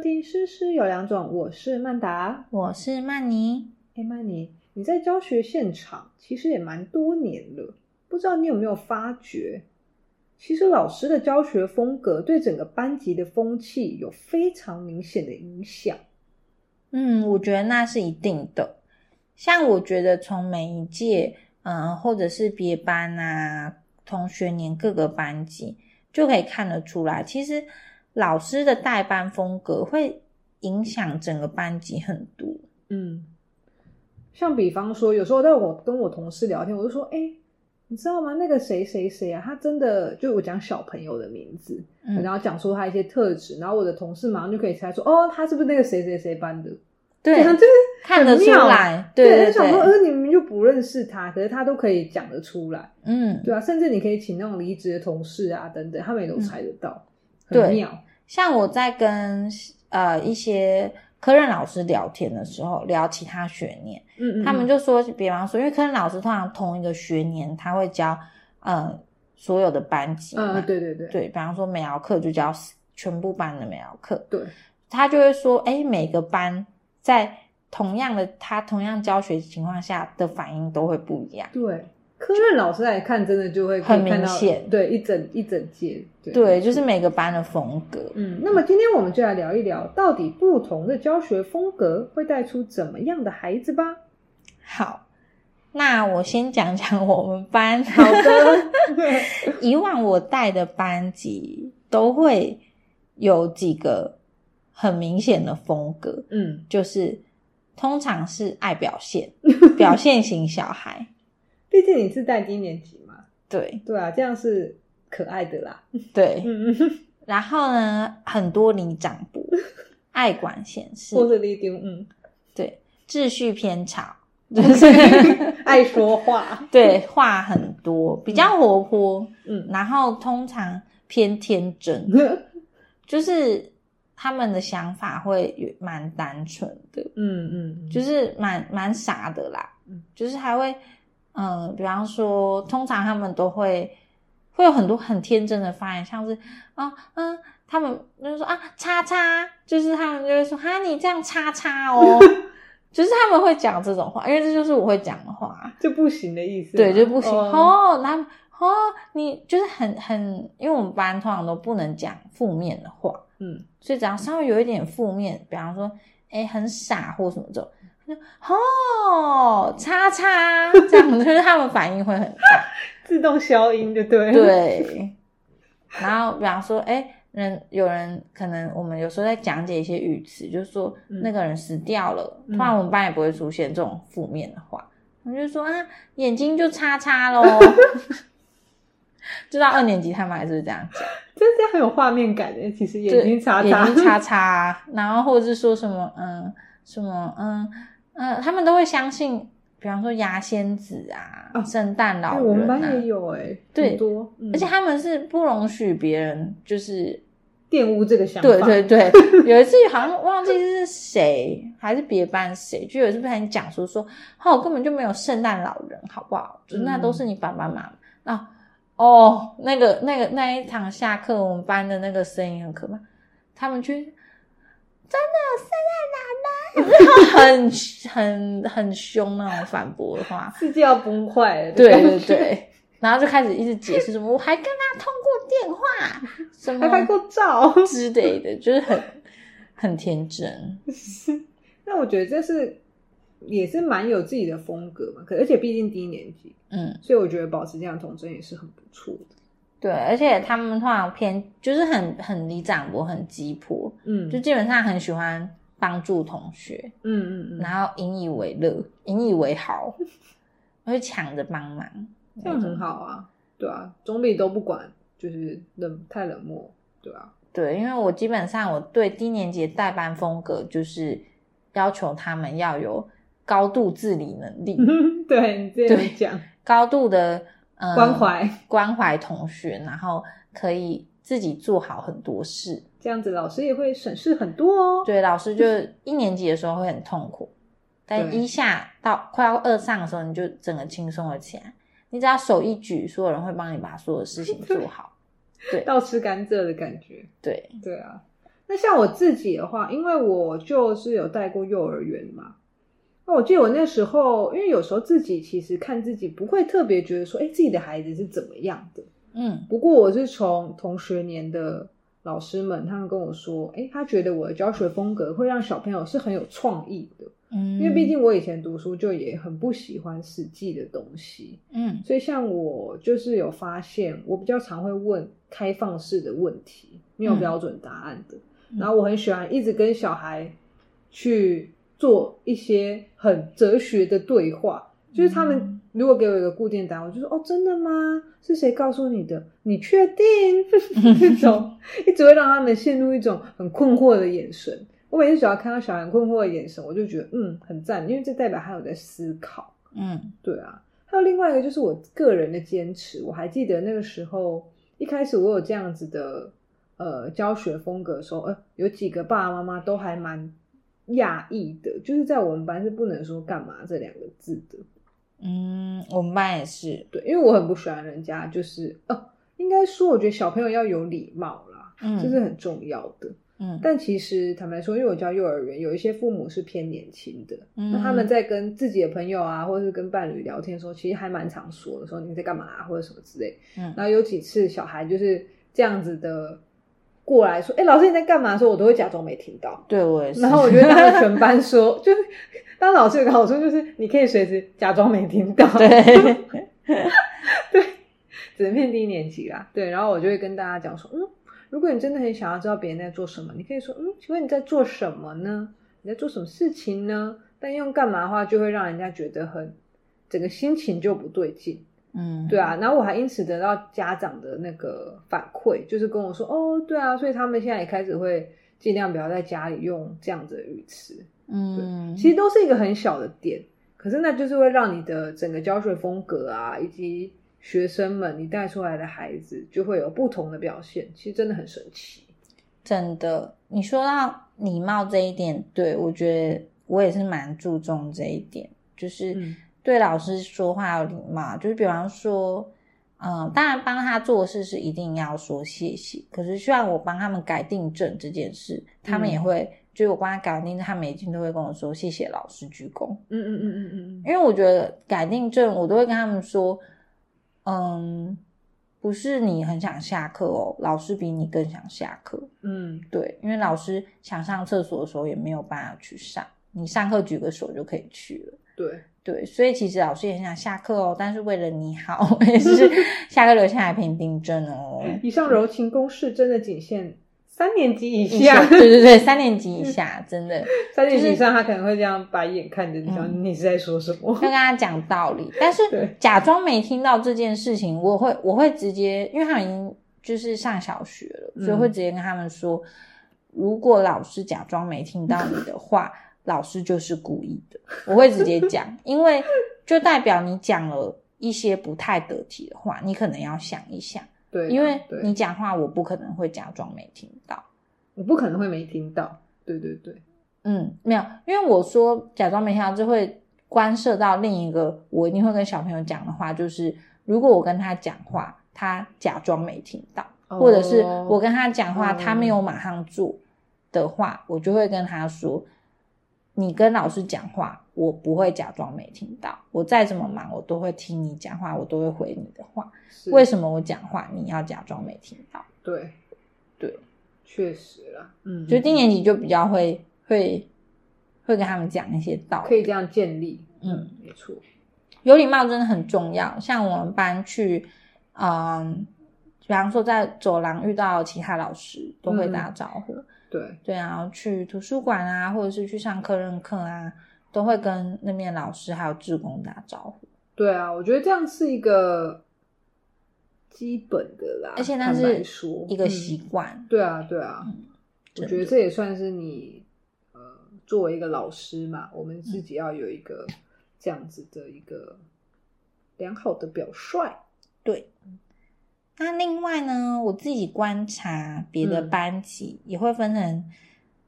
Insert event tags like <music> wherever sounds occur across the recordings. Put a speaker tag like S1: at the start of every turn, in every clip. S1: 听师师有两种，我是曼达，
S2: 我是曼妮。
S1: 哎，曼妮，你在教学现场其实也蛮多年了，不知道你有没有发觉，其实老师的教学风格对整个班级的风气有非常明显的影响。
S2: 嗯，我觉得那是一定的。像我觉得从每一届，嗯、呃，或者是别班啊，同学年各个班级，就可以看得出来，其实老师的带班风格会影响整个班级很多。
S1: 嗯，像比方说，有时候在我跟我同事聊天，我就说，哎、你知道吗？那个谁谁谁啊，他真的就我讲小朋友的名字，
S2: 嗯
S1: 然后讲出他一些特质，然后我的同事马上就可以猜出，哦，他是不是那个谁谁谁班的？
S2: 对，
S1: 就是
S2: 看得出来，对
S1: 啊对，
S2: 对
S1: 就想说，
S2: 对，
S1: 呃，你们就不认识他，可是他都可以讲得出来，
S2: 嗯，
S1: 对啊，甚至你可以请那种离职的同事啊，等等，他们也都猜得到，
S2: 嗯
S1: 很
S2: 对
S1: 妙。
S2: 像我在跟呃一些科任老师聊天的时候，聊其他学年。
S1: 嗯嗯，
S2: 他们
S1: 嗯
S2: 就说，比方说，因为科任老师通常同一个学年他会教，呃，所有的班级嘛，
S1: 嗯，对对对
S2: 对比方说美劳课就教全部班的美劳课，
S1: 对，
S2: 他就会说，哎，每个班在同样的他同样教学情况下的反应都会不一样，
S1: 对，科任老师来看，真的就会可以
S2: 很明
S1: 看到
S2: 显
S1: 对一整一整届，对
S2: 对，就是每个班的风格，
S1: 嗯，那么今天我们就来聊一聊，到底不同的教学风格会带出怎么样的孩子
S2: <laughs>
S1: 吧。
S2: 好。那我先讲讲我们班，
S1: 好的，
S2: <laughs> 以往我带的班级都会有几个很明显的风格，
S1: 嗯，
S2: 就是通常是爱表现、表现型小孩。
S1: 毕竟你是带低年级嘛，
S2: 对
S1: 对啊，这样是可爱的啦。
S2: 对，
S1: 嗯， <laughs> 嗯
S2: 然后呢，很多里长部爱管闲事，
S1: 或是立丢，嗯，
S2: 对秩序偏吵，就是 <laughs>
S1: 爱说话，
S2: 对话很多，比较活泼，
S1: 嗯，
S2: 然后通常偏天真，就是他们的想法会有蛮单纯的，
S1: 嗯嗯，
S2: 就是是蛮蛮傻的啦
S1: 嗯，
S2: 就是还会，嗯、比方说，通常他们都会会有很多很天真的发言，像是啊嗯，他们就是说啊叉叉，就是他们就会说哈你这样叉
S1: <laughs>
S2: 叉哦，就是他们会讲这种话，因为这就是我会讲的话，
S1: 就不行的意思嘛，
S2: 对，就不行
S1: 哦，
S2: 哦，他们哦你就是很很，因为我们班通常都不能讲负面的话，
S1: 嗯，
S2: 所以只要稍微有一点负面，比方说，哎、很傻或什么这种，他就哦，叉叉这样， <laughs> 就是他们反应会很大。
S1: 自动消音就对，，
S2: 对，然后比方说，哎、人有人可能我们有时候在讲解一些语词，就是说、
S1: 嗯
S2: 那个人死掉了，
S1: 嗯
S2: 突然我们班也不会出现这种负面的话，我们就说啊，眼睛就叉叉喽。 <laughs> 知道二年级他们还是会这样讲。
S1: 真是很有画面感的，其实眼
S2: 对
S1: 睛叉
S2: 眼睛
S1: 叉，
S2: 叉叉，然后或者是说什么嗯什么嗯嗯，他们都会相信，比方说牙仙子啊、
S1: 哦
S2: 圣诞老
S1: 哎，
S2: 人啊，
S1: 我们班也有哎，
S2: 对
S1: 很多，嗯
S2: 而且他们是不容许别人就是。
S1: 玷污这个想法，
S2: 对对对，
S1: <laughs>
S2: 有一次好像忘记是谁，还是别班谁，就有一次被人讲说说，哦，根本就没有圣诞老人，好不好？就是那都是你爸爸妈妈。那、哦，那个那个那一堂下课，我们班的那个声音很可怕，他们去真
S1: <laughs>
S2: 的有圣诞老人，然后很很很凶那种反
S1: <laughs>
S2: 驳的话，
S1: 世界要崩坏了，
S2: 对对，对。然后就开始一直解释什么，我还跟他通过电话，什么
S1: 还拍过照。 <laughs>
S2: 之类的，就是很很天真。
S1: 那我觉得这是也是蛮有自己的风格嘛，可而且毕竟低年级，
S2: 嗯，
S1: 所以我觉得保持这样童真也是很不错的。
S2: 对，而且他们通常偏就是很很里长博，很鸡婆，
S1: 嗯，
S2: 就基本上很喜欢帮助同学，
S1: 嗯嗯嗯，
S2: 然后引以为乐，引以为豪，会抢着帮忙，
S1: 这样很。好啊，对啊，总比都不管就是冷太冷漠，对啊，
S2: 对，因为我基本上我对低年级的代班风格就是要求他们要有高度自理能力，
S1: <laughs> 对你这样讲
S2: 高度的、呃、
S1: 关怀，
S2: 关怀同学，然后可以自己做好很多事。
S1: 这样子老师也会省事很多哦。
S2: 对，老师就一年级的时候会很痛苦，但
S1: 对
S2: 一下到快要二上的时候，你就整个轻松了起来。你只要手一举，所有人会帮你把所有事情做好。
S1: 倒吃甘蔗的感觉，
S2: 对，
S1: 对啊。那像我自己的话，因为我就是有带过幼儿园嘛，那我记得我那时候，因为有时候自己其实看自己不会特别觉得说，哎，自己的孩子是怎么样的。
S2: 嗯
S1: 不过我是从同学年的老师们，他们跟我说，哎，他觉得我的教学风格会让小朋友是很有创意的，
S2: 嗯，
S1: 因为毕竟我以前读书就也很不喜欢死记的东西，
S2: 嗯
S1: 所以像我就是有发现，我比较常会问开放式的问题，没有
S2: 嗯
S1: 标准答案的。
S2: 嗯
S1: 然后我很喜欢一直跟小孩去做一些很哲学的对话，就是他们
S2: 嗯
S1: 如果给我一个固定答案，我就说哦，真的吗？是谁告诉你的？你确定？ <laughs> 这
S2: <laughs>
S1: 种一直会让他们陷入一种很困惑的眼神。我每次只要看到小孩很困惑的眼神，我就觉得嗯很赞，因为这代表他有在思考。
S2: 嗯
S1: 对啊，还有另外一个就是我个人的坚持，我还记得那个时候一开始我有这样子的呃教学风格的时候，呃，有几个爸爸妈妈都还蛮讶异的，就是在我们班是不能说干嘛这两个字的，
S2: 嗯，我们班也是，
S1: 对，因为我很不喜欢人家就是呃，应该说我觉得小朋友要有礼貌啦，
S2: 嗯，
S1: 这是很重要的。
S2: 嗯，
S1: 但其实坦白说，因为我教幼儿园，有一些父母是偏年轻的，
S2: 嗯
S1: 那他们在跟自己的朋友啊，或者是跟伴侣聊天的时候，其实还蛮常说的，说你在干嘛、啊、或者什么之类。
S2: 嗯
S1: 然后有几次小孩就是这样子的过来说：“哎、老师你在干嘛？”的时候，我都会假装没听到。
S2: 对我也是，
S1: 然后我就会当着全班说， <laughs> 就是当老师有个好处就是你可以随时假装没听到，
S2: 对，
S1: 只能骗低年级啦。对，然后我就会跟大家讲说，嗯，如果你真的很想要知道别人在做什么，你可以说，嗯，请问你在做什么呢？你在做什么事情呢？但用干嘛的话，就会让人家觉得很整个心情就不对劲，
S2: 嗯，
S1: <laughs> 对啊。然后我还因此得到家长的那个反馈，就是跟我说，哦，对啊，所以他们现在也开始会尽量不要在家里用这样子的语词，
S2: 嗯，
S1: 其实都是一个很小的点，可是那就是会让你的整个教学风格啊，以及学生们你带出来的孩子就会有不同的表现，其实真的很神奇。
S2: 真的，你说到礼貌这一点，对我觉得我也是蛮注重这一点，就是
S1: 嗯
S2: 对老师说话有礼貌，就是比方说，嗯、当然帮他做事是一定要说谢谢，可是虽然我帮他们改订正这件事，他们也
S1: 嗯
S2: 会，就是我帮他改完订正，他们一定都会跟我说谢谢老师鞠躬。
S1: 嗯嗯嗯嗯嗯
S2: 因为我觉得改订正，我都会跟他们说，嗯，不是你很想下课哦，老师比你更想下课。
S1: 嗯
S2: 对，因为老师想上厕所的时候也没有办法去上，你上课举个手就可以去了。
S1: 嗯，对，
S2: 对，所以其实老师也很想下课哦，但是为了你好， <laughs> 也是下课留下来陪你订正哦。
S1: 以上柔情公式真的仅限三年级以
S2: 一下
S1: 下，
S2: 对对对，三年级以下真的
S1: <laughs> 三年级以上他可能会这样白眼看着你，
S2: 嗯
S1: 想你是在说什么
S2: 要？跟他讲道理，但
S1: 对
S2: 是假装没听到这件事情，我会我会直接，因为他们已经就是上小学了，所以
S1: 嗯
S2: 会直接跟他们说，如果老师假装没听到你的话，老师就是故意的。我会直接讲，因为就代表你讲了一些不太得体的话，你可能要想一想，
S1: 对啊，
S2: 因为
S1: 对
S2: 你讲话我不可能会假装没听到。
S1: 我不可能会没听到。对对对，
S2: 嗯，没有，因为我说假装没听到，就会关涉到另一个我一定会跟小朋友讲的话，就是如果我跟他讲话，他假装没听到，或者是
S1: 哦
S2: 我跟他讲话，
S1: 嗯
S2: 他没有马上做的话，我就会跟他说：“你跟老师讲话，我不会假装没听到，我再怎么忙，我都会听你讲话，我都会回你的话。
S1: 哦是
S2: 为什么我讲话你要假装没听到？”
S1: 对
S2: 对，
S1: 确实啦，嗯，
S2: 就低年级就比较会会会跟他们讲一些道理，
S1: 可以这样建立，
S2: 嗯，
S1: 没错，
S2: 有礼貌真的很重要。像我们班去，嗯，比方说在走廊遇到其他老师，都
S1: 嗯
S2: 会打招呼。
S1: 对，
S2: 对啊，然后去图书馆啊，或者是去上课任课啊，都会跟那边老师还有志工打招呼。
S1: 对啊，我觉得这样是一个基本的啦，
S2: 而且那
S1: 啊坦白
S2: 是
S1: 说
S2: 一个
S1: 嗯
S2: 习惯。
S1: 对啊，对啊，
S2: 嗯
S1: 我觉得这也算是你呃，作为一个老师嘛，我们
S2: 嗯
S1: 自己要有一个这样子的一个良好的表率。
S2: 那另外呢，我自己观察别的
S1: 嗯
S2: 班级、也会分成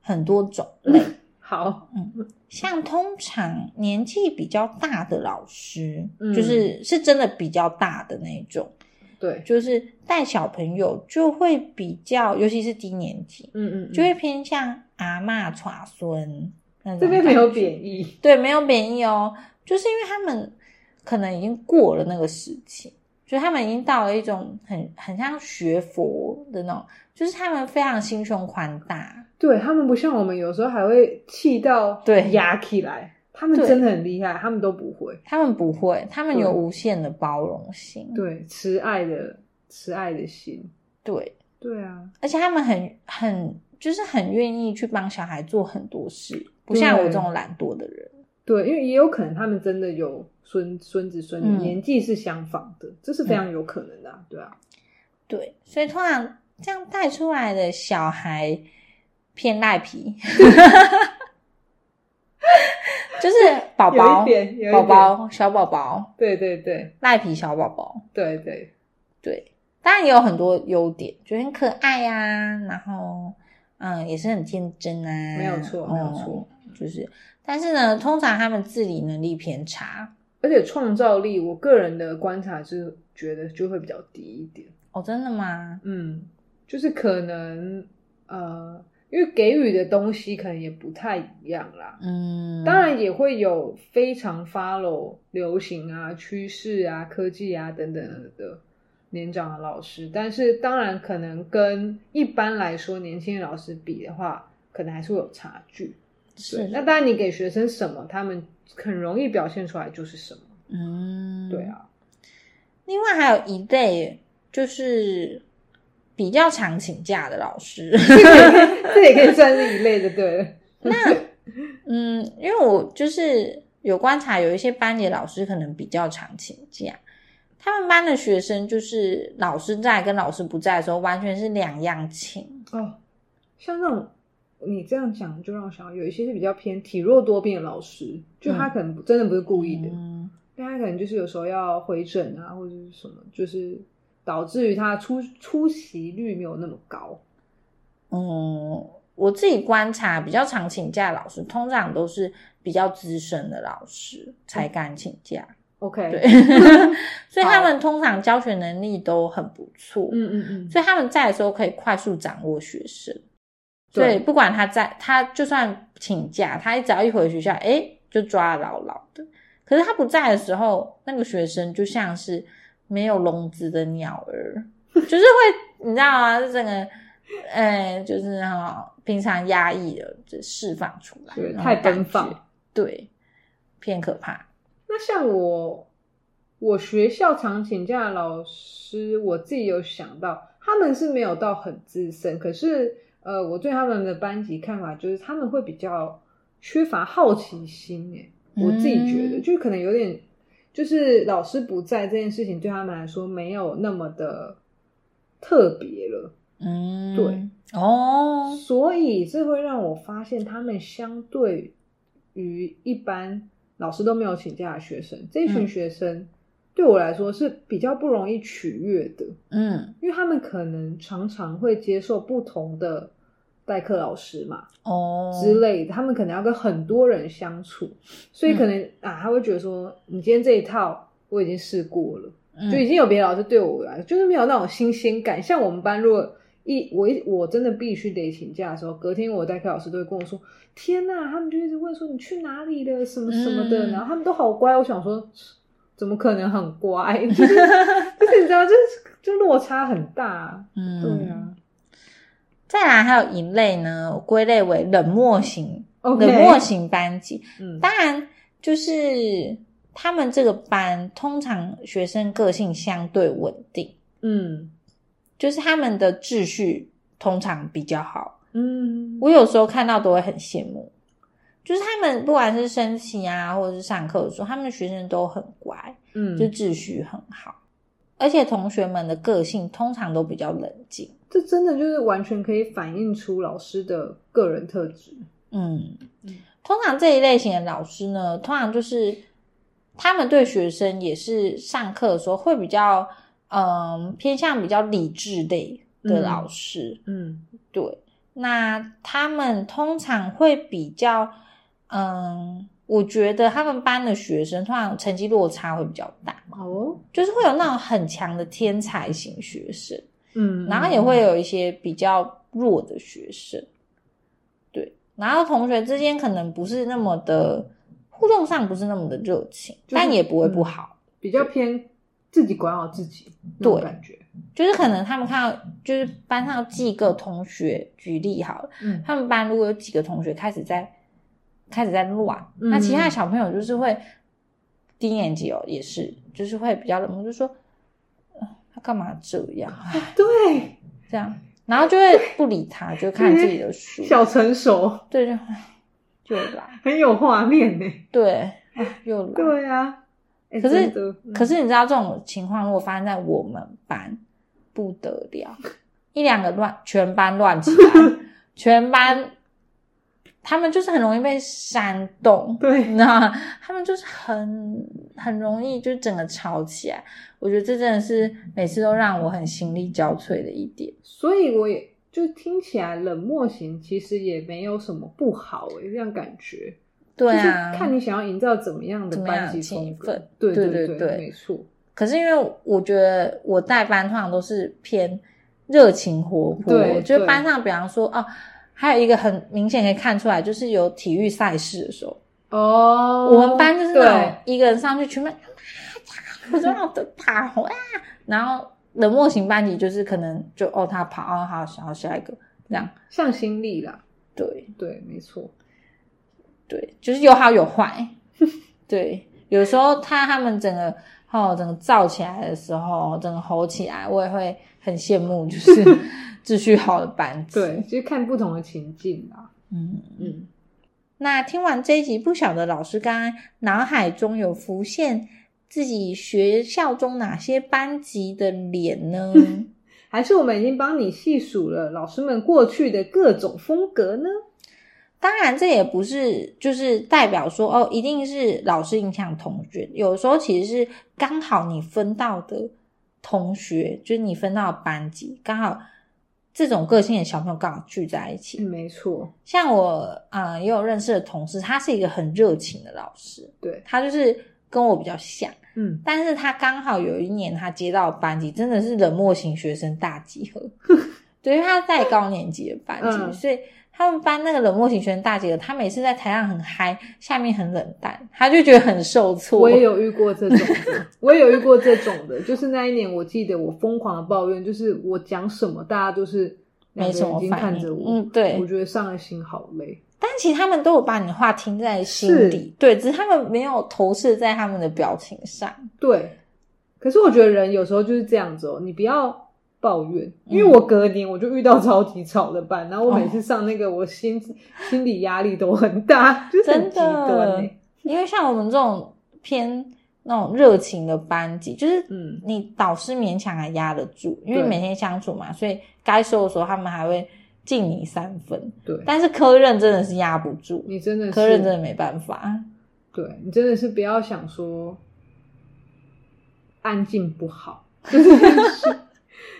S2: 很多种
S1: <laughs>
S2: 类，
S1: 好，
S2: 像通常年纪比较大的老师，
S1: 嗯
S2: 就是是真的比较大的那种，
S1: 对，
S2: 就是带小朋友就会比较，尤其是低年级，
S1: 嗯嗯，嗯
S2: 就会偏向阿嬷耍孙那种
S1: 这边没有
S2: 感觉
S1: 贬义，
S2: 对，没有贬义哦，就是因为他们可能已经过了那个时期，就他们已经到了一种很很像学佛的那种，就是他们非常心胸宽大，
S1: 对他们不像我们，有时候还会气到
S2: 对
S1: 压起来。他们
S2: 对
S1: 真的很厉害，他们都不会。
S2: 他们不会，他们有
S1: 对
S2: 无限的包容心，
S1: 对，慈爱的慈爱的心，
S2: 对，
S1: 对啊，
S2: 而且他们很很就是很愿意去帮小孩做很多事，不像我
S1: 对
S2: 这种懒惰的人，
S1: 对，因为也有可能他们真的有孙孙子孙女，
S2: 嗯
S1: 年纪是相仿的，这是非常有可能的、啊，对啊，
S2: 对，所以通常这样带出来的小孩偏赖
S1: <laughs>
S2: 皮，就是宝
S1: 有
S2: 宝
S1: 一点，有一点
S2: 宝，宝小宝宝
S1: 对对对
S2: 赖皮小宝宝，
S1: 对对
S2: 对，当然也有很多优点，就很可爱呀、然后嗯也是很天真啊，
S1: 没有错没有错
S2: 嗯就是但是呢，通常他们自理能力偏差
S1: 而且创造力，我个人的观察是觉得就会比较低一点。
S2: 哦，真的吗？
S1: 嗯，就是可能呃，因为给予的东西可能也不太一样啦。
S2: 嗯，
S1: 当然也会有非常 follow 流行啊、趋势啊、科技啊等等的年长的老师，但是当然可能跟一般来说年轻人老师比的话，可能还是会有差距。对
S2: 是，
S1: 那当然你给学生什么，他们很容易表现出来就是什么。
S2: 嗯，
S1: 对。啊， <laughs>
S2: 另外还有一类就是比较常请假的老
S1: <laughs>
S2: 师，
S1: 这也可以算是一类的，对
S2: <laughs>
S1: 了。
S2: 嗯，因为我就是有观察，有一些班里的老师可能比较常请假，他们班的学生就是老师在跟老师不在的时候，完全是两样请。
S1: 哦，像那种你这样讲，就让我想到有一些是比较偏体弱多病的老师，就他
S2: 嗯
S1: 可能真的不是故意的，
S2: 嗯，
S1: 但他可能就是有时候要回诊啊，或者是什么，就是导致于他出出席率没有那么高。
S2: 嗯，我自己观察，比较常请假的老师，通常都是比较资深的老师才
S1: 嗯
S2: 敢请假，
S1: OK，
S2: 对， <laughs> 所以他
S1: 好
S2: 们通常教学能力都很不错。
S1: 嗯嗯嗯，
S2: 所以他们在的时候可以快速掌握学生。所
S1: 对
S2: 以不管他在，他就算请假，他只要一回学校，诶，就抓牢牢的。可是他不在的时候，那个学生就像是没有笼子的鸟儿，就是会，你知道吗？这整个，呃，就是哈、平常压抑的就释放出来，
S1: 对，
S2: 那种
S1: 太
S2: 感
S1: 奔
S2: 觉，
S1: 放。
S2: 对，偏可怕。
S1: 那像我，我学校常请假的老师，我自己有想到，他们是没有到很资深，可是呃，我对他们的班级看法就是他们会比较缺乏好奇心，哎，我自己觉得，
S2: 嗯
S1: 就可能有点，就是老师不在这件事情对他们来说没有那么的特别了，
S2: 嗯，
S1: 对，
S2: 哦，
S1: 所以这会让我发现他们相对于一般老师都没有请假的学生，这群
S2: 嗯
S1: 学生对我来说是比较不容易取悦的，
S2: 嗯，
S1: 因为他们可能常常会接受不同的代课老师嘛，
S2: 哦，
S1: 之类的，他们可能要跟很多人相处，所以可能、啊，他会觉得说，你今天这一套我已经试过了，
S2: 嗯
S1: 就已经有别的老师对我来，就是没有那种新鲜感。像我们班，如果一我一我真的必须得请假的时候，隔天我代课老师都会跟我说：“天呐，他们就一直问说你去哪里了，什么什么的。
S2: 嗯
S1: 然后他们都好乖，我想说，怎么可能很乖？就是就是你知道，就是就落差很大。
S2: 嗯，
S1: 对啊
S2: 再来还有一类呢，我归类为冷漠型
S1: ，OK，
S2: 冷漠型班级。
S1: 嗯，
S2: 当然，就是他们这个班通常学生个性相对稳定，
S1: 嗯
S2: 就是他们的秩序通常比较好。
S1: 嗯，
S2: 我有时候看到都会很羡慕，就是他们不管是升旗啊，或者是上课的时候，他们学生都很乖，
S1: 嗯
S2: 就秩序很好，而且同学们的个性通常都比较冷静。
S1: 这真的就是完全可以反映出老师的个人特质。
S2: 嗯
S1: 嗯，
S2: 通常这一类型的老师呢，通常就是他们对学生也是上课的时候会比较，嗯，偏向比较理智类的老师。
S1: 嗯
S2: 对，那他们通常会比较，嗯，我觉得他们班的学生通常成绩落差会比较大，
S1: 哦，
S2: 就是会有那种很强的天才型学生，
S1: 嗯，
S2: 然后也会有一些比较弱的学生，对，然后同学之间可能不是那么的互动上不是那么的热情，
S1: 就是嗯
S2: 但也不会不好，
S1: 比较偏自己管好自己那种
S2: 对
S1: 感觉，
S2: 就是可能他们看到就是班上有几个同学，举例好了，
S1: 嗯，
S2: 他们班如果有几个同学开始在开始在乱，
S1: 嗯
S2: 那其他的小朋友就是会低年级哦，也是就是会比较冷漠，就说、呃他干嘛这样唉
S1: 对，
S2: 这样，然后就会不理他，就看自己的书，
S1: 小成熟，
S2: 对就唉又来，
S1: 很有画面呢，
S2: 对唉又来，
S1: 对啊，哎
S2: 可
S1: 真的
S2: 是
S1: 嗯
S2: 可是你知道这种情况如果发生在我们班不得了，一两个乱，全班乱起
S1: <laughs>
S2: 来，全班他们就是很容易被煽动，
S1: 对
S2: 你知道吗？他们就是很很容易就整个吵起来。我觉得这真的是每次都让我很心力交瘁的一点。
S1: 所以我也就听起来冷漠型其实也没有什么不好诶、这样感觉。
S2: 对啊，
S1: 就是看你想要营造怎么样的
S2: 怎么
S1: 班
S2: 样
S1: 级
S2: 气
S1: 风格
S2: 氛。
S1: 对
S2: 对
S1: 对
S2: 对对
S1: 没错。
S2: 可是因为我觉得我带班通常都是偏热情活泼，
S1: 对
S2: 就是
S1: 对
S2: 班上比方说哦，还有一个很明显可以看出来，就是有体育赛事的时候，
S1: 哦
S2: 我们班就是那种
S1: 对
S2: 一个人上去全班，我就让他跑啊，然后冷漠型班级就是可能就哦他跑哦好，然后下一个这样，
S1: 向心力啦，
S2: 对
S1: 对，没错。
S2: 对，就是有好有坏，对，有时候他他们整个哦整个燥起来的时候，整个吼起来，我也会很羡慕，就是 <laughs> 秩序好的班级，
S1: 对，，就是看不同的情境啦。
S2: 嗯。
S1: 嗯，
S2: 那听完这一集，不晓得老师刚刚脑海中有浮现自己学校中哪些班级的脸呢？
S1: 还是我们已经帮你细数了老师们过去的各种风格呢？
S2: 当然，这也不是就是代表说哦，一定是老师影响同学。有时候其实是刚好你分到的同学，就是你分到的班级，刚好这种个性的小朋友刚好聚在一起。
S1: 嗯没错，
S2: 像我，嗯、也有认识的同事，他是一个很热情的老师，
S1: 对，
S2: 他就是跟我比较像。
S1: 嗯，
S2: 但是他刚好有一年他接到的班级真的是冷漠型学生大
S1: <laughs>
S2: 集合，对，因为他在高年级的班级，
S1: 嗯
S2: 所以他们班那个冷漠型学生大集合，他每次在台上很嗨，下面很冷淡，他就觉得很受挫。
S1: 我也有遇过这种
S2: <laughs>
S1: 的，我也有遇过这种的，就是那一年，我记得我疯狂的抱怨，就是我讲什么，大家就是两
S2: 没
S1: 个
S2: 什
S1: 眼
S2: 么
S1: 睛
S2: 反
S1: 看
S2: 应
S1: 着，我，
S2: 嗯，对
S1: 我。觉得上了心好累。
S2: 但其实他们都有把你的话听在心
S1: 是
S2: 里，对，只是他们没有投射在他们的表情上。
S1: 对，可是我觉得人有时候就是这样子哦，你不要抱怨，因为我隔年我就遇到超级吵的班，然后我每次上那个，
S2: 哦
S1: 我心、心理压力都很大，就是很极端、欸。
S2: 因为像我们这种偏那种热情的班级，就是
S1: 嗯
S2: 你导师勉强还压得住，因为
S1: 对
S2: 每天相处嘛，所以该收的时候他们还会敬你三分。
S1: 对，
S2: 但是科任真的是压不住，
S1: 你真的
S2: 科任
S1: 嗯
S2: 真
S1: 是，
S2: 的没办法。
S1: 对你真的是不要想说安静不 <laughs> 好，就是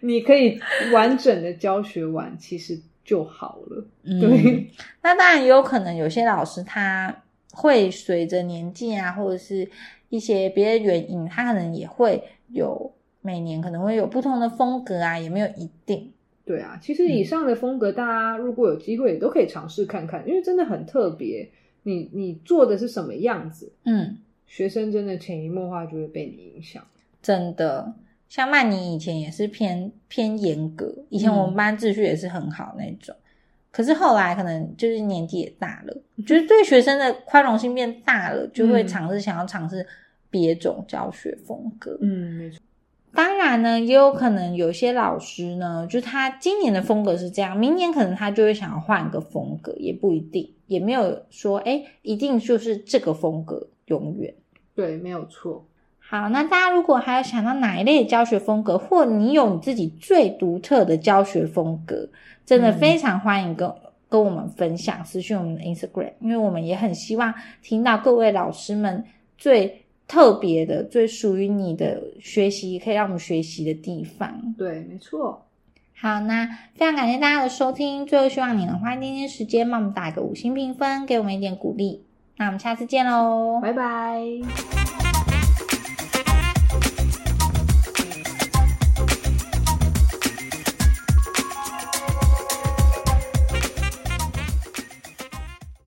S1: 你可以完整的教学完，其实就好了。<laughs>
S2: 嗯
S1: 对，
S2: 那当然也有可能有些老师他会随着年纪啊，或者是一些别的原因，他可能也会有每年可能会有不同的风格啊，也没有一定。
S1: 对啊，其实以上的风格，大家如果有机会也都可以尝试看看，因为真的很特别。你你做的是什么样子，
S2: 嗯，
S1: 学生真的潜移默化就会被你影响。
S2: 真的，像曼妮以前也是偏偏严格，以前
S1: 嗯
S2: 我们班秩序也是很好那种。可是后来可能就是年纪也大了，就是对学生的宽容性变大了，就会
S1: 嗯
S2: 尝试想要尝试别种教学风格。
S1: 嗯，没错。
S2: 当然呢，也有可能有些老师呢，就他今年的风格是这样，明年可能他就会想要换个风格，也不一定，也没有说哎，一定就是这个风格永远。
S1: 对，没有错。
S2: 好，那大家如果还有想到哪一类的教学风格，或你有你自己最独特的教学风格，真的
S1: 嗯
S2: 非常欢迎跟、跟我们分享，私讯我们的 Instagram，因为我们也很希望听到各位老师们最特别的、最属于你的学习，可以让我们学习的地方。
S1: 对，没错。
S2: 好，那非常感谢大家的收听，最后希望你能花一点点时间帮我们打一个五星评分，给我们一点鼓励。那我们下次见喽，
S1: 拜拜。